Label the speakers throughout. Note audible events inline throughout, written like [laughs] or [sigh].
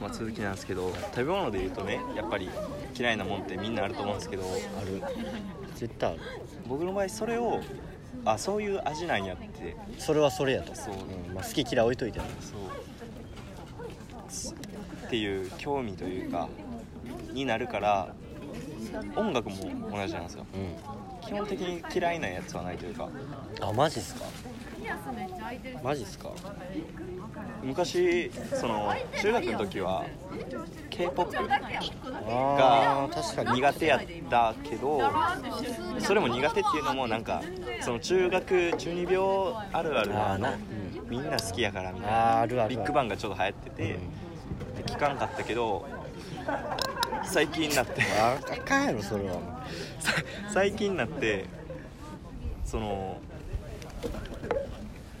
Speaker 1: まあ、続きなんですけど食べ物で言うとねやっぱり嫌いなもんってみんなあると思うんですけど
Speaker 2: ある絶対ある
Speaker 1: 僕の場合それをあそういう味なんやって
Speaker 2: それはそれやと
Speaker 1: そう
Speaker 2: うんまあ、好き嫌い置いといてね
Speaker 1: そうすっていう興味というかになるから音楽も同じなんですよ
Speaker 2: うん
Speaker 1: 基本的に嫌いなやつはないというか
Speaker 2: あマジっすかマジっすか
Speaker 1: 昔その中学の時は k p o p
Speaker 2: あー確かに
Speaker 1: 苦手やったけどそれも苦手っていうのもなんかその中学中二病あるあるな
Speaker 2: あーな、
Speaker 1: みんな好きやからみたい
Speaker 2: あー
Speaker 1: な
Speaker 2: あるあるある
Speaker 1: ビッグバンがちょっと流行ってて、で聞かんかったけど最近にな
Speaker 2: [laughs]
Speaker 1: って
Speaker 2: ああかんやろそれは
Speaker 1: さ最近になってその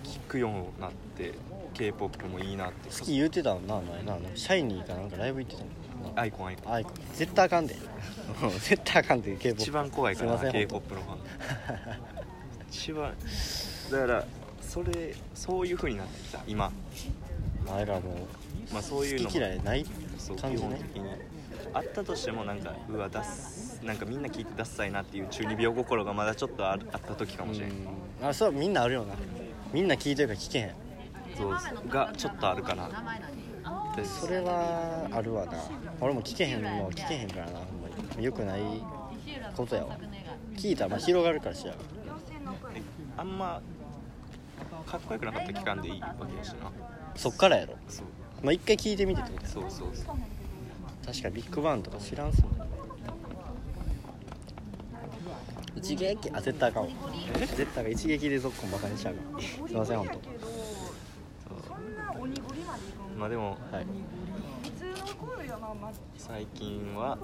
Speaker 1: 聞くようになって k p o p もいいなって
Speaker 2: 好き言うてたもんな前なシャイニーかなんかライブ行ってたもんな
Speaker 1: アイコンアイコン
Speaker 2: あいこ絶対あかんで [laughs] 絶対あかんで k p o
Speaker 1: 一番怖いから
Speaker 2: すいません
Speaker 1: k p o p のファン一番だからそれそういう風になってきた今、
Speaker 2: あれらもう
Speaker 1: まあ、そういうのも
Speaker 2: 好き嫌いない
Speaker 1: そう
Speaker 2: 感
Speaker 1: 基
Speaker 2: じ
Speaker 1: 本
Speaker 2: ね
Speaker 1: 的にあったとしてもなんかうわダスなんかみんな聞いてダッサいなっていう中二病心がまだちょっとあるあった時かもしれない
Speaker 2: うんあそうみんなあるよなみんな聞いてるから聞けへん
Speaker 1: そうがちょっとあるかなです
Speaker 2: それはあるわな俺も聞けへんの聞けへんからなほんまによくないことやわ聞いたらまあ広がるからしや
Speaker 1: えあんまかっこよくなかった期間でいいわけやしな
Speaker 2: そっからやろ
Speaker 1: そう
Speaker 2: まあ一回聞いてみてってことや
Speaker 1: そうそうそう
Speaker 2: 確かビッグバンとか知らんっすもん一撃あ絶対あかんわ絶対が一撃でゾッコンバカにしちゃうからすいません本
Speaker 1: まあでも
Speaker 2: 当はい
Speaker 1: 最近は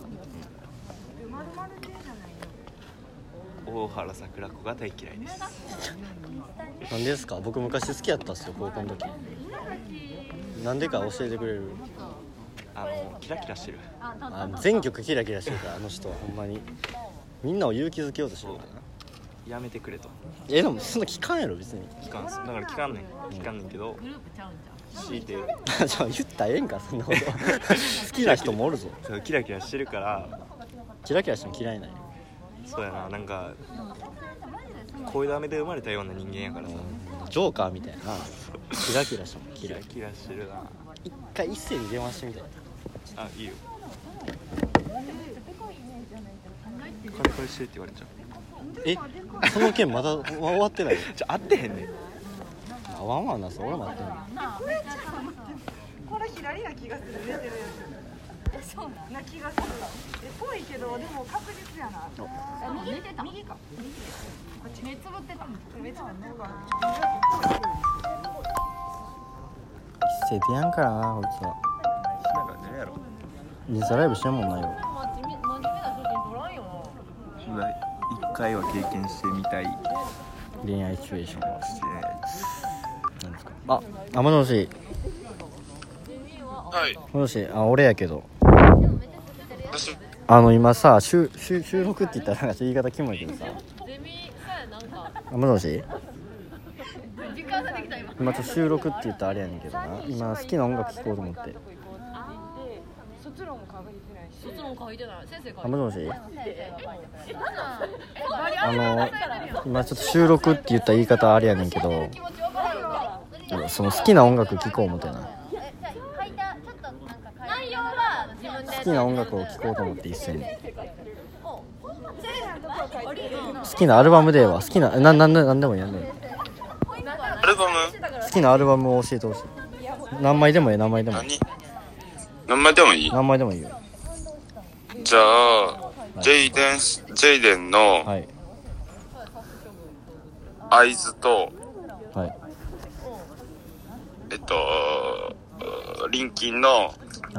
Speaker 1: 大原桜子が大嫌いです
Speaker 2: なんですか僕昔好きやったっすよ高校の時なんでか教えてくれる
Speaker 1: あのキラキラしてる
Speaker 2: あ全曲キラキラしてるからあの人はほんまにみんなを勇気づけようとしてるからな
Speaker 1: やめてくれと
Speaker 2: えでもそんな聞かんやろ別に [laughs]
Speaker 1: 聞かんすだから聞かんねん聞かんねんけど強いて
Speaker 2: じゃあ言ったらええんかそんなこと好きな人もおるぞ
Speaker 1: そうキラキラしてるから
Speaker 2: キラキラしても嫌いない
Speaker 1: そうやななんか恋だめで生まれたような人間やからさ
Speaker 2: ジョーカーみたいなキラキラしても
Speaker 1: キ
Speaker 2: 嫌
Speaker 1: ラ
Speaker 2: い
Speaker 1: キラしてるな
Speaker 2: 一回一斉に電話してみたい
Speaker 1: あいいよ金返してって言われちゃう
Speaker 2: えその件まだ終わってない
Speaker 1: じゃ合ってへんねん
Speaker 2: あワンワンなさ俺もあってんの
Speaker 3: これ左な気がする出てるやつそうな気がするえぽいけどでも確実やな右かめっちゃなんか
Speaker 2: 一斉出やんからなこいつは
Speaker 1: なんか寝るやろ
Speaker 2: インスタライブしてんもんないよ
Speaker 1: 一回は経験してみたい
Speaker 2: 恋愛シチュエーションは
Speaker 1: して
Speaker 2: 何ですかああもしもし
Speaker 4: はい。
Speaker 2: もしもしあ俺やけど
Speaker 4: 私、
Speaker 2: あの今さ収収収録って言ったらなんかちょっと言い方キモいけどさ
Speaker 5: ゼミさなんか
Speaker 2: あもしもし
Speaker 5: 時間ができた今
Speaker 2: 今ちょっと収録って言ったらあれやねんけどな今好きな音楽聴こうと思って
Speaker 3: 卒論も確実ないし
Speaker 5: 卒論書いてない先生書い
Speaker 2: あ
Speaker 5: てな
Speaker 2: も
Speaker 5: い
Speaker 2: しもし
Speaker 5: えなんなんバリ
Speaker 2: あ
Speaker 5: アル
Speaker 2: の
Speaker 5: なされてるよ
Speaker 2: 今ちょっと収録って言った言い方あれやねんけど
Speaker 5: 気持ちわかるわ
Speaker 2: その好きな音楽聴こう思ってな
Speaker 5: 内容は自分で
Speaker 2: 好きな音楽を聴こうと思って一斉に
Speaker 5: あり
Speaker 2: 好きなアルバムでは好きなななんでなんでもいいやんね
Speaker 4: アルバム
Speaker 2: 好きなアルバムを教えてほしい何枚でもいい何枚でもいい
Speaker 4: 何何枚でもいい
Speaker 2: 何枚でもいいよ
Speaker 4: じゃあ、ジェイデンし、ジェイデンの
Speaker 2: はい
Speaker 4: 合図と、
Speaker 2: はい
Speaker 4: えっと、リンキンの
Speaker 2: は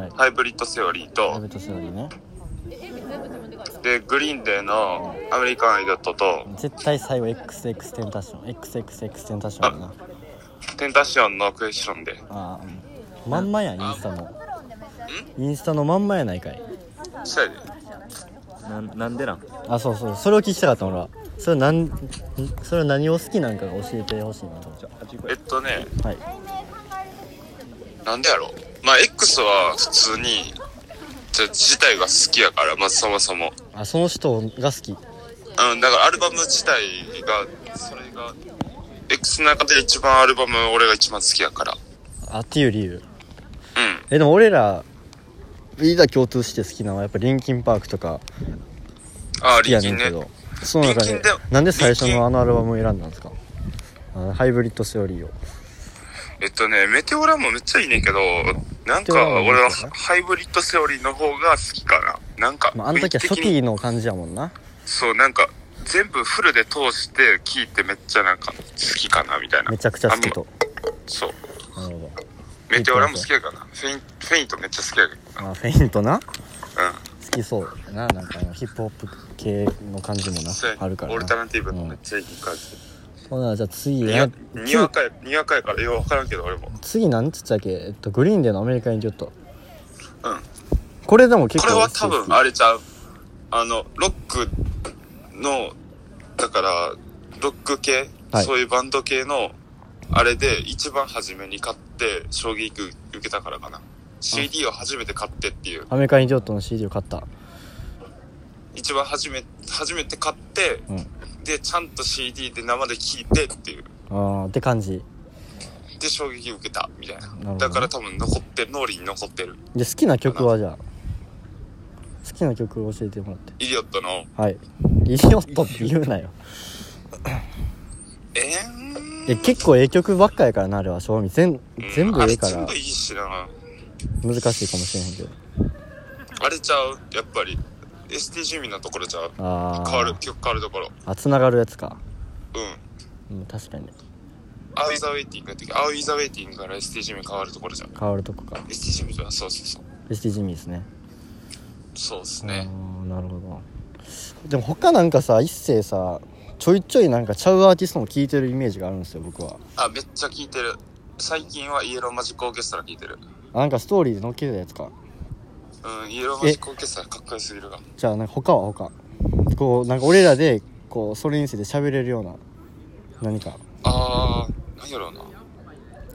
Speaker 2: い
Speaker 4: ハイブリッドセオリー
Speaker 2: ラ
Speaker 4: と、
Speaker 2: ベットセオリーね
Speaker 4: で、グリーンデーのアメリカンアイドットと、
Speaker 2: 絶対最後 XX テンタション XXX テンタションやな
Speaker 4: テンタションのクエスチョンで。
Speaker 2: ああまんまやんインスタのインスタのまんまやないかい
Speaker 4: そうやで。
Speaker 1: なんなんでなん
Speaker 2: あそうそうそれを聞きたかったの俺はそれなんそれは何を好きなんかが教えてほしいなと思っ
Speaker 1: じゃああっち行こう
Speaker 4: えっとね、
Speaker 2: てはい
Speaker 4: なんでやろうまあ X は普通にちょ自体が好きやからまずそもそも
Speaker 2: あその人が好き
Speaker 4: うんだからアルバム自体がそれが X の中で一番アルバム俺が一番好きやから
Speaker 2: あっていう理由
Speaker 4: うん
Speaker 2: えでも俺らみんな共通して好きなのはやっぱリンキンパークとか
Speaker 4: ああ
Speaker 2: 好きや
Speaker 4: リ
Speaker 2: ね
Speaker 4: キ
Speaker 2: んけ
Speaker 4: ンね
Speaker 2: ど、その中
Speaker 4: リ
Speaker 2: で
Speaker 4: ンキンで
Speaker 2: なんで最初
Speaker 4: リンキ
Speaker 2: の
Speaker 4: ン
Speaker 2: あのアルバムを選んだんですかあのハイブリッドセオリーを
Speaker 4: えっとねメテオラもめっちゃいいねんけどなんか俺はハイブリッドセオリーの方が好きかななんか
Speaker 2: まああの時は初
Speaker 4: 雰囲気的に
Speaker 2: 期の感じやもんな
Speaker 4: そうなんか全部フルで通して聞いてめっちゃなんか好きかなみたいな
Speaker 2: めちゃくちゃ好きと
Speaker 4: そう
Speaker 2: なるほ
Speaker 4: メテオラも好きやからなフェインフェイントめっちゃ好きやけど
Speaker 2: ど、
Speaker 4: な
Speaker 2: まあ、フェイントな
Speaker 4: うん
Speaker 2: 好きそうやななんかあのヒップホップ系の感じもな
Speaker 4: そうやね
Speaker 2: あるから
Speaker 4: オルタ
Speaker 2: な
Speaker 4: ナティブのめっちゃいい感じ、
Speaker 2: ほなじゃあ次
Speaker 4: にわ
Speaker 2: な
Speaker 4: にわかやにわかやからよう分からんけど俺も
Speaker 2: 次なんつったっけ、えっと、グリーンデーのアメリカン・ジョット
Speaker 4: うん
Speaker 2: これでも結
Speaker 4: これ
Speaker 2: 構
Speaker 4: は多分
Speaker 2: 好き
Speaker 4: あれちゃうあのロックのだからロック系、
Speaker 2: はい
Speaker 4: そういうバンド系のあれで一番初めに買って衝撃受けたからかな CD を初めて買ってっていう
Speaker 2: アメリカン・ジョットの CD を買った
Speaker 4: 一番初め初めて買って、
Speaker 2: うん
Speaker 4: でちゃんと CD で生で聴いてっていう
Speaker 2: あーって感じ
Speaker 4: で衝撃受けたみたい
Speaker 2: るほ
Speaker 4: な
Speaker 2: ど
Speaker 4: だから多分残ってる脳裏に残ってる
Speaker 2: で好きな曲はじゃあ好きな曲を教えてもらって
Speaker 4: イディオットの
Speaker 2: はいイディオットって言うなよ
Speaker 4: 「えーん
Speaker 2: え結構ええ曲ばっかやからなあれは正味全全部
Speaker 4: あ
Speaker 2: え
Speaker 4: れ
Speaker 2: えから
Speaker 4: 全
Speaker 2: 難
Speaker 4: 部いいしな
Speaker 2: しいかもしれへんけど
Speaker 4: あれちゃうやっぱり SDG みんなところちゃう
Speaker 2: あー
Speaker 4: 変わる曲変わるところ
Speaker 2: あつながるやつか
Speaker 4: うん
Speaker 2: うん確かに
Speaker 4: 「アウイザウェイティング」やったっけアウイザウェイティング」から SDG み変わるところじゃん
Speaker 2: 変わるとこか
Speaker 4: SDG みじゃそうそうそう
Speaker 2: SDG ミーですね
Speaker 4: そうです
Speaker 2: あ
Speaker 4: ね
Speaker 2: あーなるほどでも他なんかさ一星さちょいちょいなんかちゃうアーティストも聴いてるイメージがあるんですよ僕は
Speaker 4: あめっちゃ聴いてる最近はイエローマジックオーケストラ聴いてる
Speaker 2: あなんかストーリーで載っけてたやつか
Speaker 4: うんイエローマジックオーケストラかっこよすぎるが
Speaker 2: じゃあなんか他は他こうなんか俺らでこうそれについて喋れるような何か
Speaker 4: あー何やろうな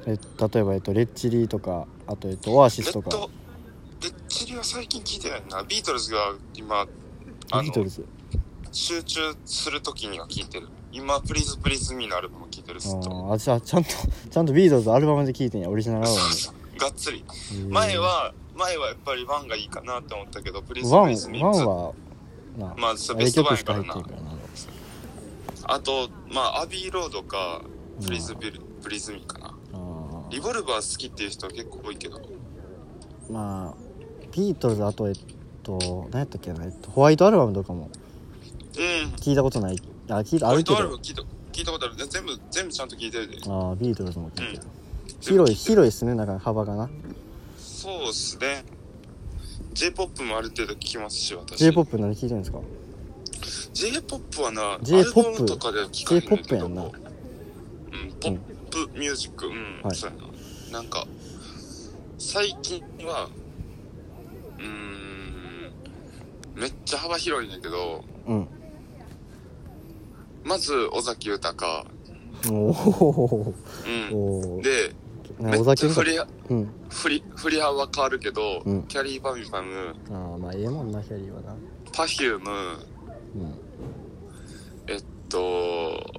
Speaker 2: え例えば、えっと、レッチリとかあと、えっと、オアシ
Speaker 4: レ
Speaker 2: スと
Speaker 4: ッ
Speaker 2: か
Speaker 4: ドレッチリは最近聴いてないなビートルズが今あ
Speaker 2: ビートル
Speaker 4: の
Speaker 2: ズ
Speaker 4: 集中するときには聴いてる今「プリーズプリーズミーのアルバム聴いてる
Speaker 2: あ
Speaker 4: ずっと
Speaker 2: ーあじゃあちゃんとちゃんとビートルズアルバムで聴いてんやオリジナルアルバ
Speaker 4: そうそうがっつり
Speaker 2: ムで
Speaker 4: 前は前はやっぱりワンがいいかなって思ったけどプリ
Speaker 2: え
Speaker 4: ズ
Speaker 2: ー
Speaker 4: ム
Speaker 2: ワ
Speaker 4: プ
Speaker 2: ン
Speaker 4: リズミ
Speaker 2: ワ
Speaker 4: ー
Speaker 2: ン
Speaker 4: ズ
Speaker 2: はな
Speaker 4: まあそ
Speaker 2: あ
Speaker 4: れベ
Speaker 2: れ
Speaker 4: スト
Speaker 2: 曲
Speaker 4: 版
Speaker 2: し
Speaker 4: や
Speaker 2: か
Speaker 4: か
Speaker 2: 入
Speaker 4: ら
Speaker 2: って
Speaker 4: な
Speaker 2: るからな
Speaker 4: あとまあアビーロードか
Speaker 2: うん
Speaker 4: プリズビルプリズミーかな
Speaker 2: あ
Speaker 4: リボルバー好きっていう人結構多いけど
Speaker 2: ーまあビートルズあとえっと何やったっけな、えっと、ホワイトアルバムとかも
Speaker 4: うん
Speaker 2: 聞いたことないあ聞いたあ
Speaker 4: ホワ
Speaker 2: る
Speaker 4: イ
Speaker 2: け
Speaker 4: トアルバ
Speaker 2: ど
Speaker 4: ム聞いた聞いたことある全部全部ちゃんと聞いてるで
Speaker 2: あービートルズも聞いてる、
Speaker 4: 全部
Speaker 2: 広い広いっすねなんか幅がな
Speaker 4: そうっすね J-POP もある程度聞きますし私
Speaker 2: J−POP 何聞いてるんですか
Speaker 4: J-POP はな
Speaker 2: J-POP
Speaker 4: アルバムとかでは聞かへんねん
Speaker 2: J−POP
Speaker 4: け
Speaker 2: や
Speaker 4: ど
Speaker 2: んな
Speaker 4: うんポップミュージックうん、
Speaker 2: はい
Speaker 4: そうやななんか最近はうーんめっちゃ幅広いねんだけど
Speaker 2: うん
Speaker 4: まず尾崎豊
Speaker 2: おー
Speaker 4: う
Speaker 2: お
Speaker 4: ん
Speaker 2: ー
Speaker 4: で
Speaker 2: な
Speaker 4: め
Speaker 2: んか
Speaker 4: っ
Speaker 2: 尾崎
Speaker 4: ちゃ振
Speaker 2: 豊う
Speaker 4: り
Speaker 2: ん
Speaker 4: 振り振り幅変わるけど、
Speaker 2: うん
Speaker 4: キャリーバミパム
Speaker 2: ああまあええもんなキャリーはな
Speaker 4: パフューム
Speaker 2: うん
Speaker 4: えっと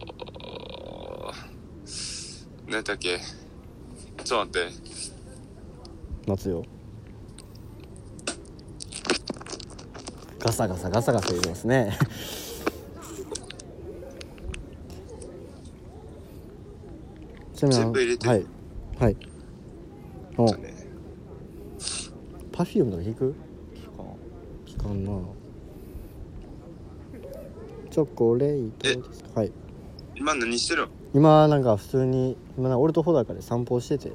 Speaker 4: 何だっけちょっと待って
Speaker 2: 夏よガサガサガサガサ言いますねちなみに
Speaker 4: 全部入れて
Speaker 2: はいはいお
Speaker 4: ね
Speaker 2: パフュームとか聞く聞かんなチョコレートですかはい
Speaker 4: 今何してるん
Speaker 2: 今なんか普通に今なんか俺と穂高で散歩してて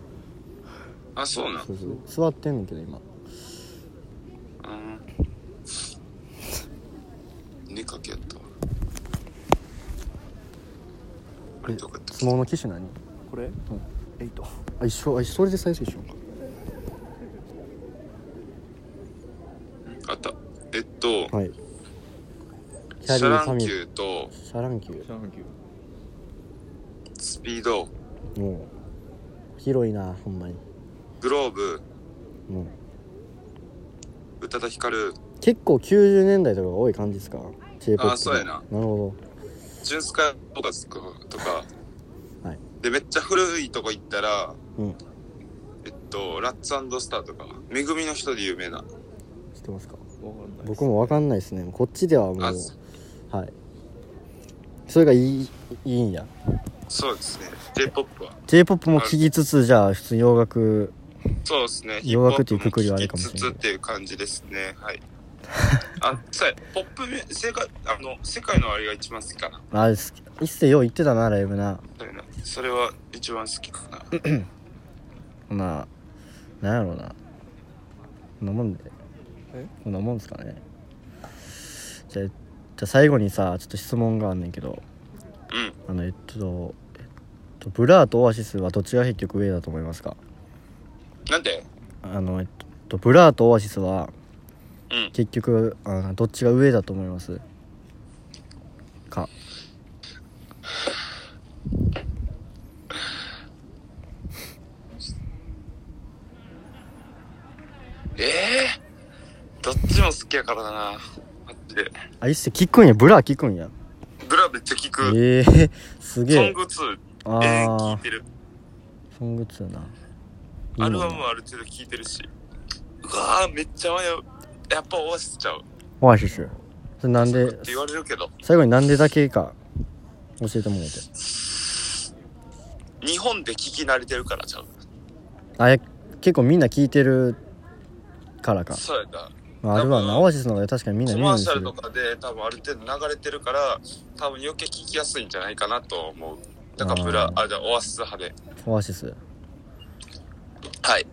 Speaker 4: あそうなん
Speaker 2: そうそう座ってんねんけど今
Speaker 4: うん寝かけやったわあれどこやったっけ
Speaker 2: 相撲の機種何
Speaker 6: これ、エイト
Speaker 2: あ一緒あそれで最初一緒か
Speaker 4: あったえっと
Speaker 2: はい。キャリ
Speaker 4: シャ
Speaker 2: ー
Speaker 4: ラ
Speaker 2: サ
Speaker 4: ン
Speaker 2: ミ
Speaker 4: キ
Speaker 2: ュ
Speaker 4: ューと
Speaker 2: シャランキュ
Speaker 6: シャンキュ
Speaker 4: スピード
Speaker 2: ー。もう広いな、ほんまに。
Speaker 4: グローブ
Speaker 2: うん、
Speaker 4: 宇多田ヒカル
Speaker 2: 結構90年代とかが多い感じですか j p o p
Speaker 4: あそうやな
Speaker 2: なるほ
Speaker 4: ジュンスカボカスとか、
Speaker 2: はい
Speaker 4: でめっちゃ古いとこ行ったら
Speaker 2: どうん
Speaker 4: えっとラッツスターとかめぐみの人で有名な
Speaker 2: 知ってますか
Speaker 1: んない
Speaker 2: 僕もわかんないですねこっちではもう
Speaker 4: あ
Speaker 2: はいそれがいいいいんや
Speaker 4: そうですね j p o p は
Speaker 2: j p o p も聴きつつじゃあ普通に洋楽
Speaker 4: そうですね
Speaker 2: 洋楽っていうくくりはあ
Speaker 4: ヒ
Speaker 2: れ
Speaker 4: ップ
Speaker 2: かも
Speaker 4: ホ
Speaker 2: し
Speaker 4: ッ
Speaker 2: れんけど
Speaker 4: プも聞きつつっていう感じですねはい [laughs] あそうやポップめ世界あの世界のあれが一番好きかな
Speaker 2: あれです一世よう言ってたなライブな
Speaker 4: みたいなそれは一番好きかな
Speaker 2: まあなんやろうなこんなもんで
Speaker 6: え
Speaker 2: こんなもんですかねじゃあじゃあ最後にさちょっと質問があんねんけど
Speaker 4: うん
Speaker 2: あのえっと、えっと、ブラーとオアシスはどっちが結局上だと思いますか
Speaker 4: なんで
Speaker 2: あのえっとブラーとオアシスは
Speaker 4: うん
Speaker 2: 結局あのどっちが上だと思いますか
Speaker 4: ええどっちも好きやからなマジで
Speaker 2: あ一世聞くんやブラー聞くんや
Speaker 4: ブラめっちゃ聞く、
Speaker 2: ええー、すげ
Speaker 4: ソン
Speaker 2: え
Speaker 4: グ2
Speaker 2: あ
Speaker 4: ええ聞い
Speaker 2: あ
Speaker 4: てる
Speaker 2: ソング2な
Speaker 4: ア
Speaker 2: いいも
Speaker 4: ル
Speaker 2: ん
Speaker 4: バ
Speaker 2: な
Speaker 4: ムもある程度聞いてるしうわーめっちゃ迷うやっぱオアシスちゃう
Speaker 2: オアシスそれなん
Speaker 4: って
Speaker 2: で
Speaker 4: 言われるけど
Speaker 2: 最後になんでだけか教えてもらえて
Speaker 4: 日本で聞き慣れてるからちゃう
Speaker 2: あれ結構みんな聞いてるからか、
Speaker 4: そうやった
Speaker 2: まあ、あるわ
Speaker 4: 多
Speaker 2: な
Speaker 4: 分
Speaker 2: オアシスの方が確かにみんな
Speaker 4: コ
Speaker 2: 見
Speaker 4: マ
Speaker 2: る
Speaker 4: ー
Speaker 2: んです
Speaker 4: シャ
Speaker 2: る
Speaker 4: ルとかで多分ある程度流れてるから多分余計聞きやすいんじゃないかなと思うだからブラ
Speaker 2: あ
Speaker 4: あじゃあオアシス派で
Speaker 2: オアシス
Speaker 4: はい